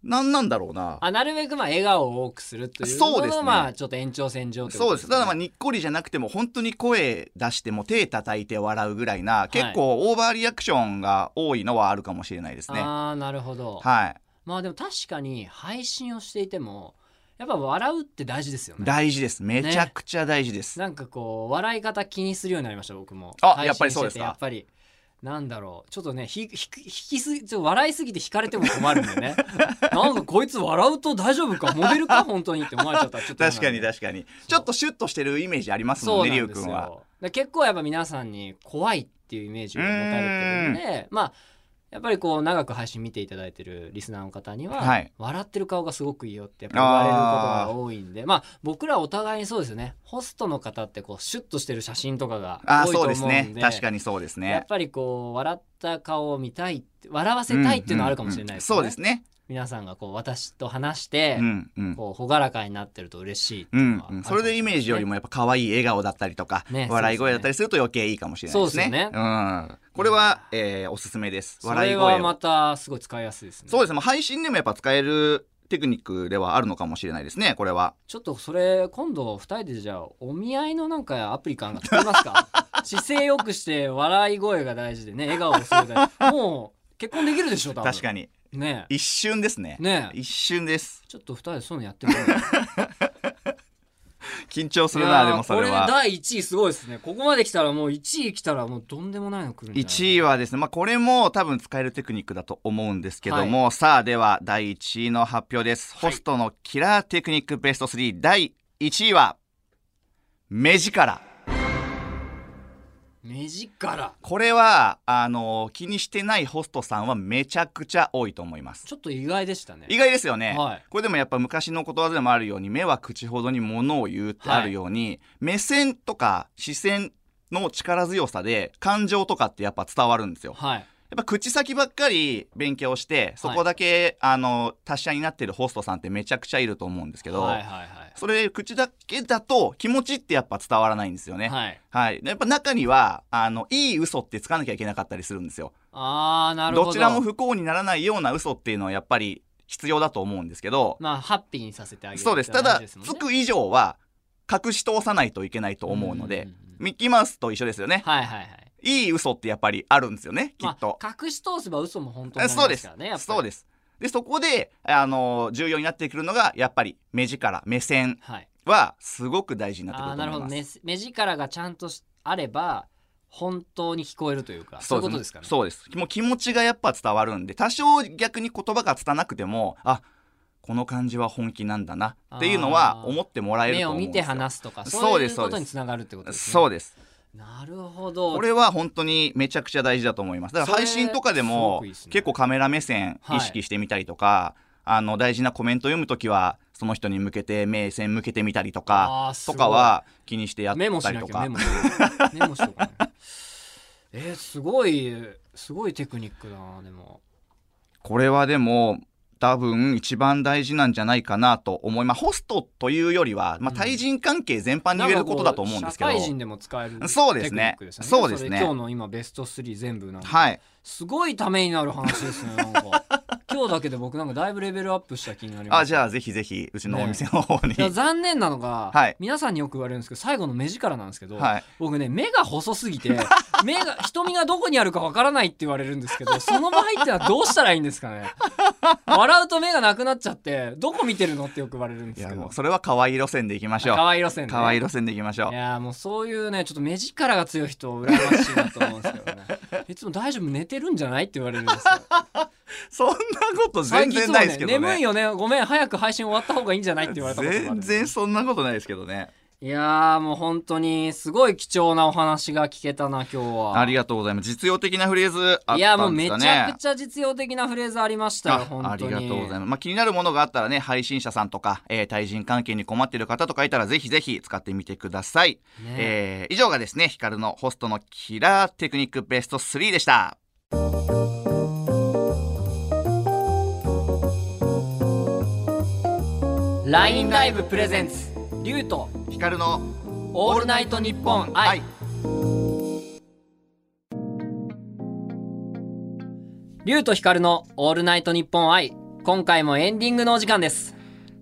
Speaker 2: 何なんだろうな
Speaker 1: あなるべくまあ笑顔を多くするという
Speaker 2: そう
Speaker 1: の
Speaker 2: ですね
Speaker 1: のまあちょっと延長線上とい
Speaker 2: そうです。
Speaker 1: こと
Speaker 2: ただまあ
Speaker 1: ね
Speaker 2: にっこりじゃなくても本当に声出しても手叩いて笑うぐらいな、
Speaker 1: い
Speaker 2: 結構オーバーリアクションが多いのはあるかもしれないですね。
Speaker 1: ああなるほど
Speaker 2: はい。
Speaker 1: まあでも確かに配信をしていてもやっぱ笑うって大事ですよね
Speaker 2: 大事です。めちゃくちゃ大事です。
Speaker 1: なんかこう笑い方気にするようになりました僕も
Speaker 2: あ
Speaker 1: 配信
Speaker 2: やっぱりそうで
Speaker 1: し
Speaker 2: す
Speaker 1: てて
Speaker 2: か
Speaker 1: やっぱりなんだろうちょっとねひひ引きすぎちょっと笑いすぎて引かれても困るんで ねなんかこいつ笑うと大丈夫かモデルか本当にって思われちゃったらちょっと
Speaker 2: 確かに
Speaker 1: か
Speaker 2: 確かに。ちょっとシュッとしてるイメージありますも
Speaker 1: そう
Speaker 2: んね、
Speaker 1: な
Speaker 2: りゅ
Speaker 1: ん
Speaker 2: う
Speaker 1: です
Speaker 2: く
Speaker 1: よ
Speaker 2: ん
Speaker 1: だ
Speaker 2: は。
Speaker 1: から結構やっぱ皆さんに怖いっていうイメージを持たれてるんでまあやっぱりこう長く配信見ていただいてるリスナーの方には、
Speaker 2: はい
Speaker 1: 笑ってる顔がすごくいいよってやっぱ言われることが多いんでまあ僕らお互いにそうですよねホストの方ってこうシュッとしてる写真とかが
Speaker 2: ああ、
Speaker 1: 多いと
Speaker 2: そ
Speaker 1: 思うん
Speaker 2: うで
Speaker 1: です
Speaker 2: ね。確かにそうです
Speaker 1: やっ
Speaker 2: ね。
Speaker 1: ぱりこう笑った顔を見たいって笑わせたいっていうのはあるかもしれないですね、
Speaker 2: うんうんうんそうですね。
Speaker 1: 皆さんがこう私と話して、
Speaker 2: うんうん。
Speaker 1: こう朗らかになってると嬉しいって
Speaker 2: う
Speaker 1: いうんのはあ
Speaker 2: う
Speaker 1: る
Speaker 2: ん、
Speaker 1: か
Speaker 2: それでイメージよりもやっぱ可愛い笑顔だったりとか、
Speaker 1: ね
Speaker 2: 笑い声だったりすると余計いいかもしれないですね。
Speaker 1: そうですよね
Speaker 2: うん、これは、えーおすすめです。
Speaker 1: そ
Speaker 2: 笑い
Speaker 1: れ
Speaker 2: 声を
Speaker 1: はまたすごい使いやすいですね
Speaker 2: そうですね、まあ、配信でもやっぱ使えるテクニックではあるのかもしれないですね、これは。
Speaker 1: ちょっとそれ今度2人でじゃあお見合いのなんかアプリかなんか作ります か姿勢よくして笑い声が大事でね笑顔をするでもう結婚できるでしょ多分
Speaker 2: 確かに。
Speaker 1: にね
Speaker 2: 一瞬ですね。
Speaker 1: えねえ
Speaker 2: 一瞬です。
Speaker 1: ちょっと2人でそういうのやってみよう
Speaker 2: 緊張する
Speaker 1: いや
Speaker 2: な、
Speaker 1: ー
Speaker 2: でも それ
Speaker 1: これで
Speaker 2: は。
Speaker 1: 第1位すごいですねここまで来たらもう1位来たらもうとんでもないの来るんじゃない
Speaker 2: 1位はですね、まあ、これも多分使えるテクニックだと思うんですけども、さあでは第1位の発表です、
Speaker 1: はい
Speaker 2: ホストのキラーテクニックベスト3第1位は目力
Speaker 1: 目力
Speaker 2: これはあの気にしてないホストさんはめちゃくちゃ多いと思います
Speaker 1: ちょっと意外でしたね
Speaker 2: 意外ですよね、
Speaker 1: はい
Speaker 2: これでもやっぱ昔のことわざでもあるように目は口ほどに物を言うってあるように、目線とか視線の力強さで感情とかってやっぱ伝わるんですよ。や
Speaker 1: はい
Speaker 2: っぱ口先ばっかり勉強してそこだけ、あの達者になってるホストさんってめちゃくちゃいると思うんですけど、
Speaker 1: はいはい
Speaker 2: それ口だけだと気持ちってやっぱ伝わらないんですよ
Speaker 1: は
Speaker 2: ね。
Speaker 1: い
Speaker 2: はい
Speaker 1: はい
Speaker 2: やっぱ中にはあのいい嘘ってつかなきゃいけなかったりするんですよ。
Speaker 1: あーなるほど
Speaker 2: どちらも不幸にならないような嘘っていうのはやっぱり必要だと思うんですけど、
Speaker 1: まあハッピーにさせてあげる
Speaker 2: そうです。
Speaker 1: って
Speaker 2: た
Speaker 1: 話
Speaker 2: だ、
Speaker 1: もんね
Speaker 2: つく以上は隠し通さないといけないと思うので、
Speaker 1: んんうん
Speaker 2: ミッキーマウスと一緒ですよね。
Speaker 1: はいはいはい
Speaker 2: いい嘘ってやっぱりあるんですよね、きっと。
Speaker 1: まあ、隠し通せば嘘も本当になり
Speaker 2: そう
Speaker 1: ま
Speaker 2: ですす
Speaker 1: からねやっぱり
Speaker 2: そうです。で、そこで、あの、重要になってくるのが、やっぱり目力、目線
Speaker 1: はい
Speaker 2: はすごく大事になってく
Speaker 1: あー
Speaker 2: ると
Speaker 1: なる
Speaker 2: 思
Speaker 1: ほ
Speaker 2: い
Speaker 1: ど
Speaker 2: ます。
Speaker 1: 目目力がちゃんとしあれば本当に聞こえるというかそういうことですかね
Speaker 2: そうです。もう気持ちがやっぱ伝わるんで、多少逆に言葉がつたなくても、あ、この感じは本気なんだなっていうのは思ってもらえる
Speaker 1: 目
Speaker 2: と
Speaker 1: を
Speaker 2: 思うん
Speaker 1: 見
Speaker 2: です
Speaker 1: て
Speaker 2: よ
Speaker 1: 話すとか
Speaker 2: そ
Speaker 1: そう
Speaker 2: う
Speaker 1: い
Speaker 2: で
Speaker 1: う
Speaker 2: す
Speaker 1: ことにつながるってことですね
Speaker 2: そうです
Speaker 1: なるほど
Speaker 2: これは本当にめちゃくちゃ大事だと思いますだから配信とか
Speaker 1: そ
Speaker 2: で
Speaker 1: れすご
Speaker 2: も
Speaker 1: くいいっすね
Speaker 2: 結構カメラ目線意識してみたりとか、あの大事なコメント読むときはその人に向けて目線向けてみたりと
Speaker 1: あー
Speaker 2: か
Speaker 1: すご
Speaker 2: と
Speaker 1: い
Speaker 2: かは気にしてやっ
Speaker 1: メモした
Speaker 2: り
Speaker 1: な
Speaker 2: と
Speaker 1: きゃ
Speaker 2: か
Speaker 1: メモしなきゃメモしとかなえー、すごいすごいテクニックだなでも
Speaker 2: これはでも多分一番大事なんじゃないかなと思いますホストというよりは、まあ、
Speaker 1: うん
Speaker 2: 対人関係全般に言えることだと思うんですけど、
Speaker 1: なんかこう社会人でも使えるテクニ
Speaker 2: そうです
Speaker 1: ッ
Speaker 2: ね
Speaker 1: クですよね
Speaker 2: そうですね
Speaker 1: れ今日の今ベスト3全部なんか
Speaker 2: はい
Speaker 1: すごいためになる話ですね なんか今日だけで僕なんかだいぶレベルアップした気になります
Speaker 2: あじゃあぜひぜひうちのお店の方に、
Speaker 1: いや残念なのが、
Speaker 2: はい
Speaker 1: 皆さんによく言われるんですけど最後の目力なんですけど、
Speaker 2: はい
Speaker 1: 僕ね目が細すぎて 目が瞳がどこにあるかわからないって言われるんですけどその場合ってのはどうしたらいいんですかね笑うと目がなくなっちゃってどこ見てるのってよく言われるん
Speaker 2: い
Speaker 1: です
Speaker 2: や
Speaker 1: け
Speaker 2: も
Speaker 1: ど
Speaker 2: うそれは可愛い路線でいきましょう
Speaker 1: 可愛い路線で、ね、
Speaker 2: 可愛い路線でいきましょう
Speaker 1: いやもうそういうねちょっと目力が強い人羨ましいなと思うんですけどねいつも大丈夫寝てるんじゃないって言われるんですよ
Speaker 2: そんなこと全然ないですけどね。
Speaker 1: 最近いつも眠いよねごめん早く配信終わった方がいいんじゃないって言われたことがある
Speaker 2: 全然そんなことないですけどね。
Speaker 1: いやーもう本当にすごい貴重なお話が聞けたな今日は
Speaker 2: ありがとうございます。実用的なフレーズあ
Speaker 1: いや
Speaker 2: っ
Speaker 1: も
Speaker 2: た
Speaker 1: うんめ
Speaker 2: です
Speaker 1: ち
Speaker 2: か
Speaker 1: ゃ
Speaker 2: ね
Speaker 1: く。ちゃ実用的なフレーズありましたよ本
Speaker 2: ああ
Speaker 1: 当
Speaker 2: り
Speaker 1: に
Speaker 2: がとうございます、まあ、気になるものがあったらね配信者さんとか、えー対人関係に困ってる方とかいたらぜひぜひ使ってみてください、
Speaker 1: ね
Speaker 2: えー以上がですねヒカルのホストのキラーテクニックベスト3でした
Speaker 1: ラインライブプレゼンツリュウと
Speaker 2: ヒカルの
Speaker 1: オールナイトニッポン
Speaker 2: は
Speaker 1: 愛
Speaker 2: い
Speaker 1: リュウとヒカルのオールナイトニッポン愛今回もエンディングのお時間です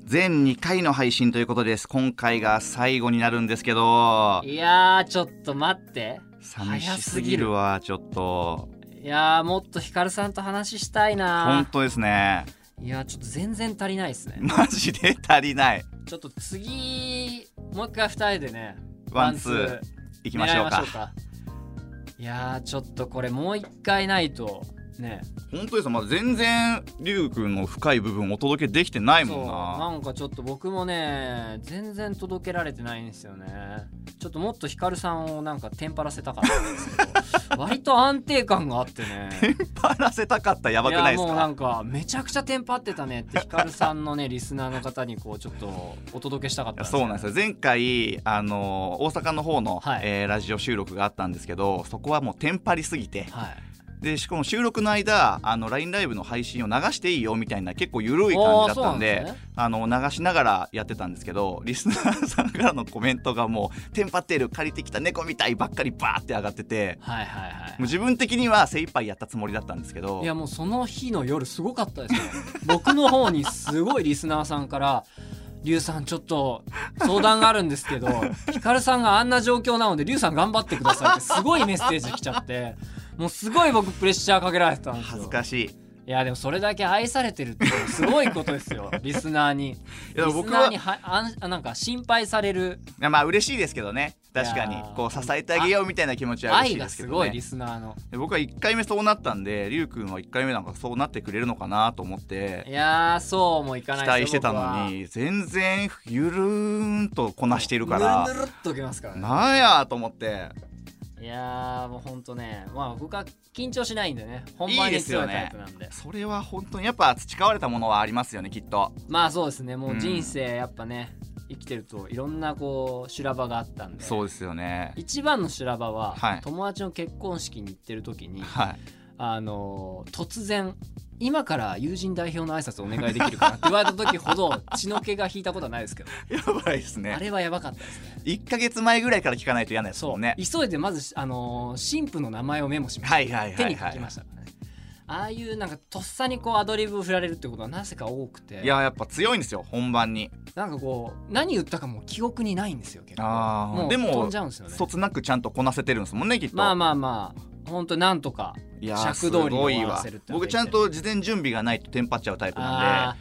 Speaker 2: 全2回の配信ということです今回が最後になるんですけど
Speaker 1: いやーちょっと待って
Speaker 2: 寂しすぎるわちょっと
Speaker 1: いやーもっとヒカルさんと話したい
Speaker 2: 本
Speaker 1: な
Speaker 2: 当で すね
Speaker 1: いやーちょっと全然足りないですね
Speaker 2: マジで足りない
Speaker 1: ちょっと次もう一回二人でね
Speaker 2: ワンツー行きましょう
Speaker 1: 狙い
Speaker 2: か
Speaker 1: まいやーちょっとこれもう一回ないとね
Speaker 2: 本当ですよまだ全然りゅうくんの深い部分お届けできてない
Speaker 1: そ
Speaker 2: も
Speaker 1: うん
Speaker 2: な
Speaker 1: なんかちょっと僕もね全然届けられてないんですよねちょっともっとヒカルさんをなんかテンパらせたかったんです けど割と安定感があってね
Speaker 2: パらせたかったやばくない
Speaker 1: や
Speaker 2: です
Speaker 1: もうな
Speaker 2: か
Speaker 1: んかめちゃくちゃテンパってたねってヒカルさんのねリスナーの方にこうちょっとお届けしたかっ
Speaker 2: い
Speaker 1: た
Speaker 2: やそうなんですよ前回あの大阪の方の、
Speaker 1: はい
Speaker 2: えーラジオ収録があったんですけどそこはもうテンパりすぎて
Speaker 1: はい
Speaker 2: でしかも収録の間あの LINE ライブの配信を流していいよみたいな結構緩い感じだったん
Speaker 1: おー
Speaker 2: で
Speaker 1: そうなんですね
Speaker 2: あの流しながらやってたんですけどリスナーさんからのコメントがもう「テンパってる借りてきた猫みたい」ばっかりバーって上がってて
Speaker 1: はいはいはい
Speaker 2: もう自分的には精一杯やったつもりだったんですけど
Speaker 1: いやもうその日の夜すごかったですよ 僕の方にすごいリスナーさんから「リュウさんちょっと相談があるんですけ どヒカルさんがあんな状況なのでリュウさん頑張ってください」ってすごいメッセージ来ちゃってもうすごい僕プレッシャーかけられてたんですよ
Speaker 2: 恥ずかしい
Speaker 1: いやでもそれだけ愛されてるっていうのはすごいことです よリスナーにリス
Speaker 2: や
Speaker 1: ナ
Speaker 2: 僕は
Speaker 1: ーにはあんあなんか心配される
Speaker 2: いやまあ嬉しいですけどね確か
Speaker 1: い
Speaker 2: に
Speaker 1: やー
Speaker 2: こう支えてあげようみたいな気持ちは嬉し
Speaker 1: 愛
Speaker 2: いで
Speaker 1: が
Speaker 2: すけ
Speaker 1: す
Speaker 2: ど
Speaker 1: ごい
Speaker 2: ね
Speaker 1: リスナーの
Speaker 2: で僕は1回目そうなったんでりゅうくんは1回目なんかそうなってくれるのかなと思っ
Speaker 1: い
Speaker 2: て
Speaker 1: やーそうもいか
Speaker 2: 期
Speaker 1: ない
Speaker 2: 待してたの
Speaker 1: に
Speaker 2: に全然ゆるーんとこなしてるか
Speaker 1: ぬ
Speaker 2: ら
Speaker 1: るぬるっときますからね
Speaker 2: なんやと思って
Speaker 1: いやーもうほんとねまあ僕は緊張しないんでね本番に強いタイプなんで
Speaker 2: それは本当にやっぱ培われたものはありますよねきっと
Speaker 1: まあそうですねもう人生やっぱね、生きてるといろんなこう修羅場があったんで
Speaker 2: そうですよね
Speaker 1: 一番の修羅場は、
Speaker 2: はい
Speaker 1: 友達の結婚式に行ってる時に
Speaker 2: はい
Speaker 1: あのー突然今から友人代表の挨拶お願いできるかなって言われた時ほど血の気が引いたことはないですけど、
Speaker 2: やばいです
Speaker 1: あ
Speaker 2: ね
Speaker 1: れはやばかったですね
Speaker 2: 1か月前ぐらいから聞かないと嫌なやつ
Speaker 1: そ
Speaker 2: も
Speaker 1: う、
Speaker 2: んね
Speaker 1: 急いでまず、あのー神父の名前をメモしました
Speaker 2: はいはいはいはい
Speaker 1: 手に書きましたからねああいうなんかとっさにこうアドリブを振られるってことはなぜか多くて
Speaker 2: いややっぱ強いんですよ本番に
Speaker 1: なんかこう何言ったかもう記憶にないんですよ結構
Speaker 2: あー
Speaker 1: もう
Speaker 2: でも
Speaker 1: 飛んじゃうんですよね
Speaker 2: そつなくちゃんとこなせてるんですもんねきっと
Speaker 1: まあまあまあ本当なんとか
Speaker 2: いやー
Speaker 1: 尺通りに
Speaker 2: すごい
Speaker 1: 終わら
Speaker 2: わ
Speaker 1: せるってのが
Speaker 2: 僕
Speaker 1: でき
Speaker 2: ち
Speaker 1: て
Speaker 2: ゃ
Speaker 1: る
Speaker 2: んと事前準備がないとテンパっちゃうタイプなん
Speaker 1: あ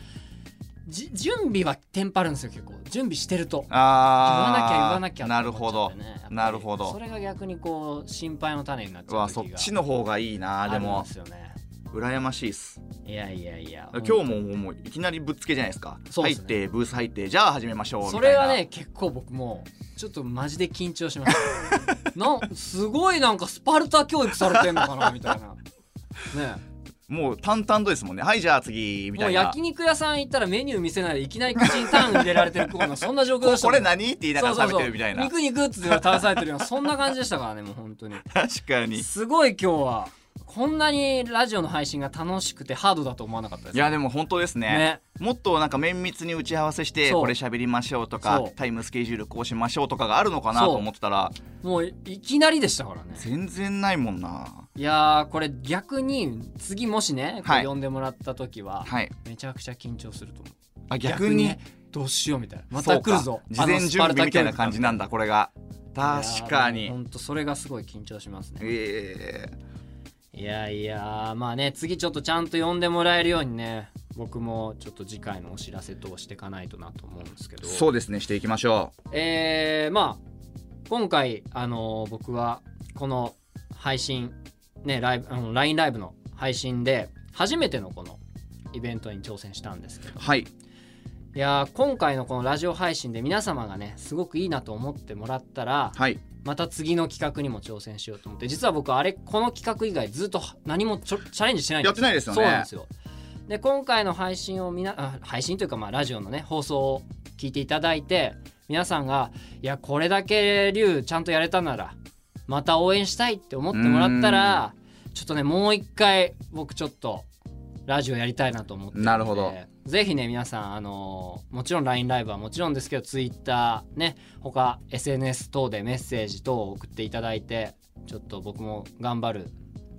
Speaker 1: ー
Speaker 2: で
Speaker 1: じ準備はテンパるんですよ結構準備してると言わなきゃ言わ
Speaker 2: あー
Speaker 1: なきゃ
Speaker 2: なるほど
Speaker 1: って思っちゃってねやっぱり
Speaker 2: なるほど
Speaker 1: それが逆にこう心配の種になっち
Speaker 2: う
Speaker 1: ゃ
Speaker 2: わ
Speaker 1: う
Speaker 2: そっ
Speaker 1: 時が
Speaker 2: ちの方がいいな
Speaker 1: あ
Speaker 2: で
Speaker 1: るん
Speaker 2: も
Speaker 1: ですよね
Speaker 2: 羨ましいっす
Speaker 1: いやいやいや
Speaker 2: 今日ももうもういきなりぶっつけじゃないですか
Speaker 1: そうです
Speaker 2: 入っ
Speaker 1: ね
Speaker 2: てブース入ってじゃあ始めましょうみた
Speaker 1: そ
Speaker 2: いな
Speaker 1: れがね結構僕もうちょっとマジで緊張しました なんすごいなんかスパルタ教育されてんのかなみたいなね
Speaker 2: もう淡々とですもんねはいじゃあ次み
Speaker 1: も
Speaker 2: た
Speaker 1: う
Speaker 2: いな
Speaker 1: 焼肉屋さん行ったらメニュー見せないでいきなり口にタン入れられてるコーナーそんな状況で
Speaker 2: こ
Speaker 1: した
Speaker 2: こ
Speaker 1: もん
Speaker 2: れ何って言いながら
Speaker 1: そうそうそ
Speaker 2: 食
Speaker 1: う
Speaker 2: べてるみたいな
Speaker 1: 肉肉っつって言われて食べされてるようなそんな感じでしたからねもう本当に
Speaker 2: 確かにい
Speaker 1: すごい今日はこんなにラジオの配信が楽しくてハードだと思わなかったです
Speaker 2: やでも本当ですね
Speaker 1: ね
Speaker 2: もっとなんか綿密に打ち合わせして
Speaker 1: そう
Speaker 2: これ喋りましょうとか
Speaker 1: そう
Speaker 2: タイムスケジュールこうしましょうとかがあるのかな
Speaker 1: そう
Speaker 2: と思ってたら
Speaker 1: もういきなりでしたからね
Speaker 2: 全然ないもんない
Speaker 1: やーこれ逆に次もしねこ
Speaker 2: はいう
Speaker 1: 呼んでもらった時は
Speaker 2: はい
Speaker 1: めちゃくちゃ緊張すると思う
Speaker 2: あ逆に
Speaker 1: ねどうしようみたいなまた来るぞ
Speaker 2: そうか事前準備みたいな感じなん
Speaker 1: だ
Speaker 2: だこれが確かに
Speaker 1: 本当それがすごい緊張しますね
Speaker 2: え
Speaker 1: いやいやまあね次ちょっとちゃんと呼んでもらえるようにね僕もちょっと次回のお知らせとしていかないとなと思うんですけ
Speaker 2: ー
Speaker 1: ど
Speaker 2: そうですねしていきましょう
Speaker 1: えーまあ今回あのー僕はこの配信ねライブあの LINE ライブの配信で初めてのこのイベントに挑戦したんですけど
Speaker 2: はい
Speaker 1: いやー今回のこのラジオ配信で皆様がねすごくいいなと思ってもらったら
Speaker 2: はい
Speaker 1: また次の企画にも挑戦しようと思って実は僕あれこの企画以外ずっと何もちょチャレンジしてないん
Speaker 2: や
Speaker 1: で
Speaker 2: っ
Speaker 1: す
Speaker 2: てないですよ
Speaker 1: そうなん
Speaker 2: ね
Speaker 1: ですよ。で今回の配信をみなあ配信というかまあラジオのね放送を聞いていただいて皆さんがいやこれだけ龍ちゃんとやれたならまた応援したいって思ってもらったらちょっとねもう一回僕ちょっとラジオやりたいなと思ってるんで
Speaker 2: なるほど
Speaker 1: ぜひね皆さんあのーもちろん LINE ライブはもちろんですけど Twitter ね他 SNS 等でメッセージ等を送っていただいてちょっと僕も頑張る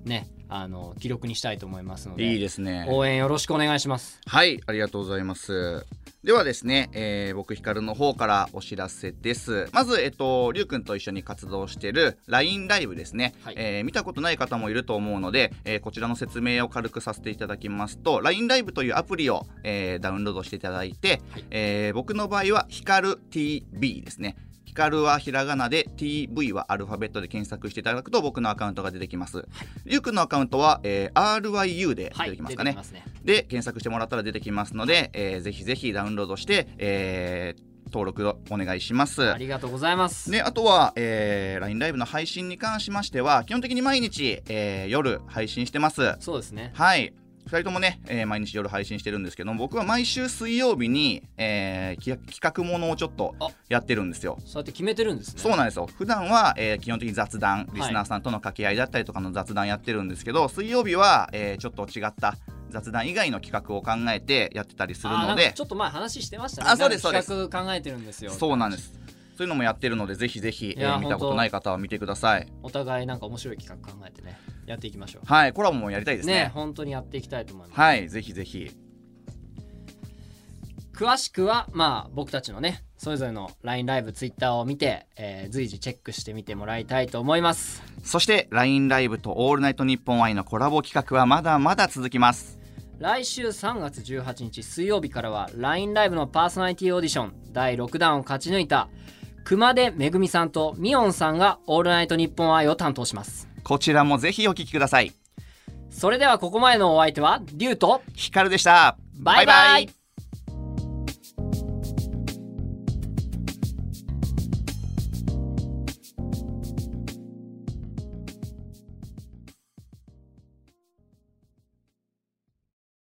Speaker 1: ねあの記録にしたいと思いますので
Speaker 2: いいですね
Speaker 1: 応援よろしくお願いします。
Speaker 2: はい、ありがとうございます。ではですね、えー、僕ヒカルの方からお知らせです。まず、えっと、りゅうくんと一緒に活動している LINE ライブですね、
Speaker 1: はい
Speaker 2: えー見たことない方もいると思うので、えーこちらの説明を軽くさせていただきますと、LINE ライブというアプリを、えーダウンロードしていただいて、
Speaker 1: はい
Speaker 2: えー僕の場合はヒカル TV ですね。ヒカルはひらがなで TV はアルファベットで検索していただくと僕のアカウントが出てきます。りゅうくんのアカウントは、えー RYU で出てきますかね。
Speaker 1: すね。
Speaker 2: で検索してもらったら出てきますので、えーぜひぜひダウンロードして、えー登録をお願いします。
Speaker 1: ありがとうございます。
Speaker 2: であとは、えー LINE ライブの配信に関しましては基本的に毎日、えー夜配信してます。
Speaker 1: そうですね。
Speaker 2: はい2人ともね、えー毎日夜配信してるんですけども僕は毎週水曜日に、えー企画企画ものをちょっと
Speaker 1: あ
Speaker 2: やってるんですよ。
Speaker 1: そうやって決めてるんですね。
Speaker 2: そうなんですよ普段は、えー基本的に雑談リスナーさんとの掛け合いだったりとかの雑談やってるんですけど、水曜日は、えーちょっと違った雑談以外の企画を考えてやってたりする
Speaker 1: あーな
Speaker 2: の
Speaker 1: んか
Speaker 2: で
Speaker 1: ちょっと前話してましたね。
Speaker 2: あそうです
Speaker 1: なんか
Speaker 2: そ
Speaker 1: 企画考えてるんですよ。
Speaker 2: そうなんですそういうのもやってるのでぜひぜひ、
Speaker 1: い
Speaker 2: え
Speaker 1: や
Speaker 2: ー見たことない方は見てください
Speaker 1: お互いなんか面白い企画考えてね、やっていきましょう。
Speaker 2: はいコラボもやりたいですね
Speaker 1: ね本当にやっていきたいと思います。
Speaker 2: はいぜひぜひ
Speaker 1: 詳しくはまあ僕たちのね、それぞれの LINE ライブ、Twitter を見て、えー随時チェックしてみてもらいたいと思います。
Speaker 2: そして LINE ライブと「オールナイトニッポン愛」のコラボ企画はまだまだ続きます
Speaker 1: 来週3月18日水曜日からは LINE ライブのパーソナリティオーディション第6弾を勝ち抜いた熊手めぐみさんとみおんさんが「オールナイトニッポン愛」を担当します
Speaker 2: こちらもぜひお聞きください
Speaker 1: それではここまでのお相手はリュウと
Speaker 2: ヒカルでした
Speaker 1: バイバイ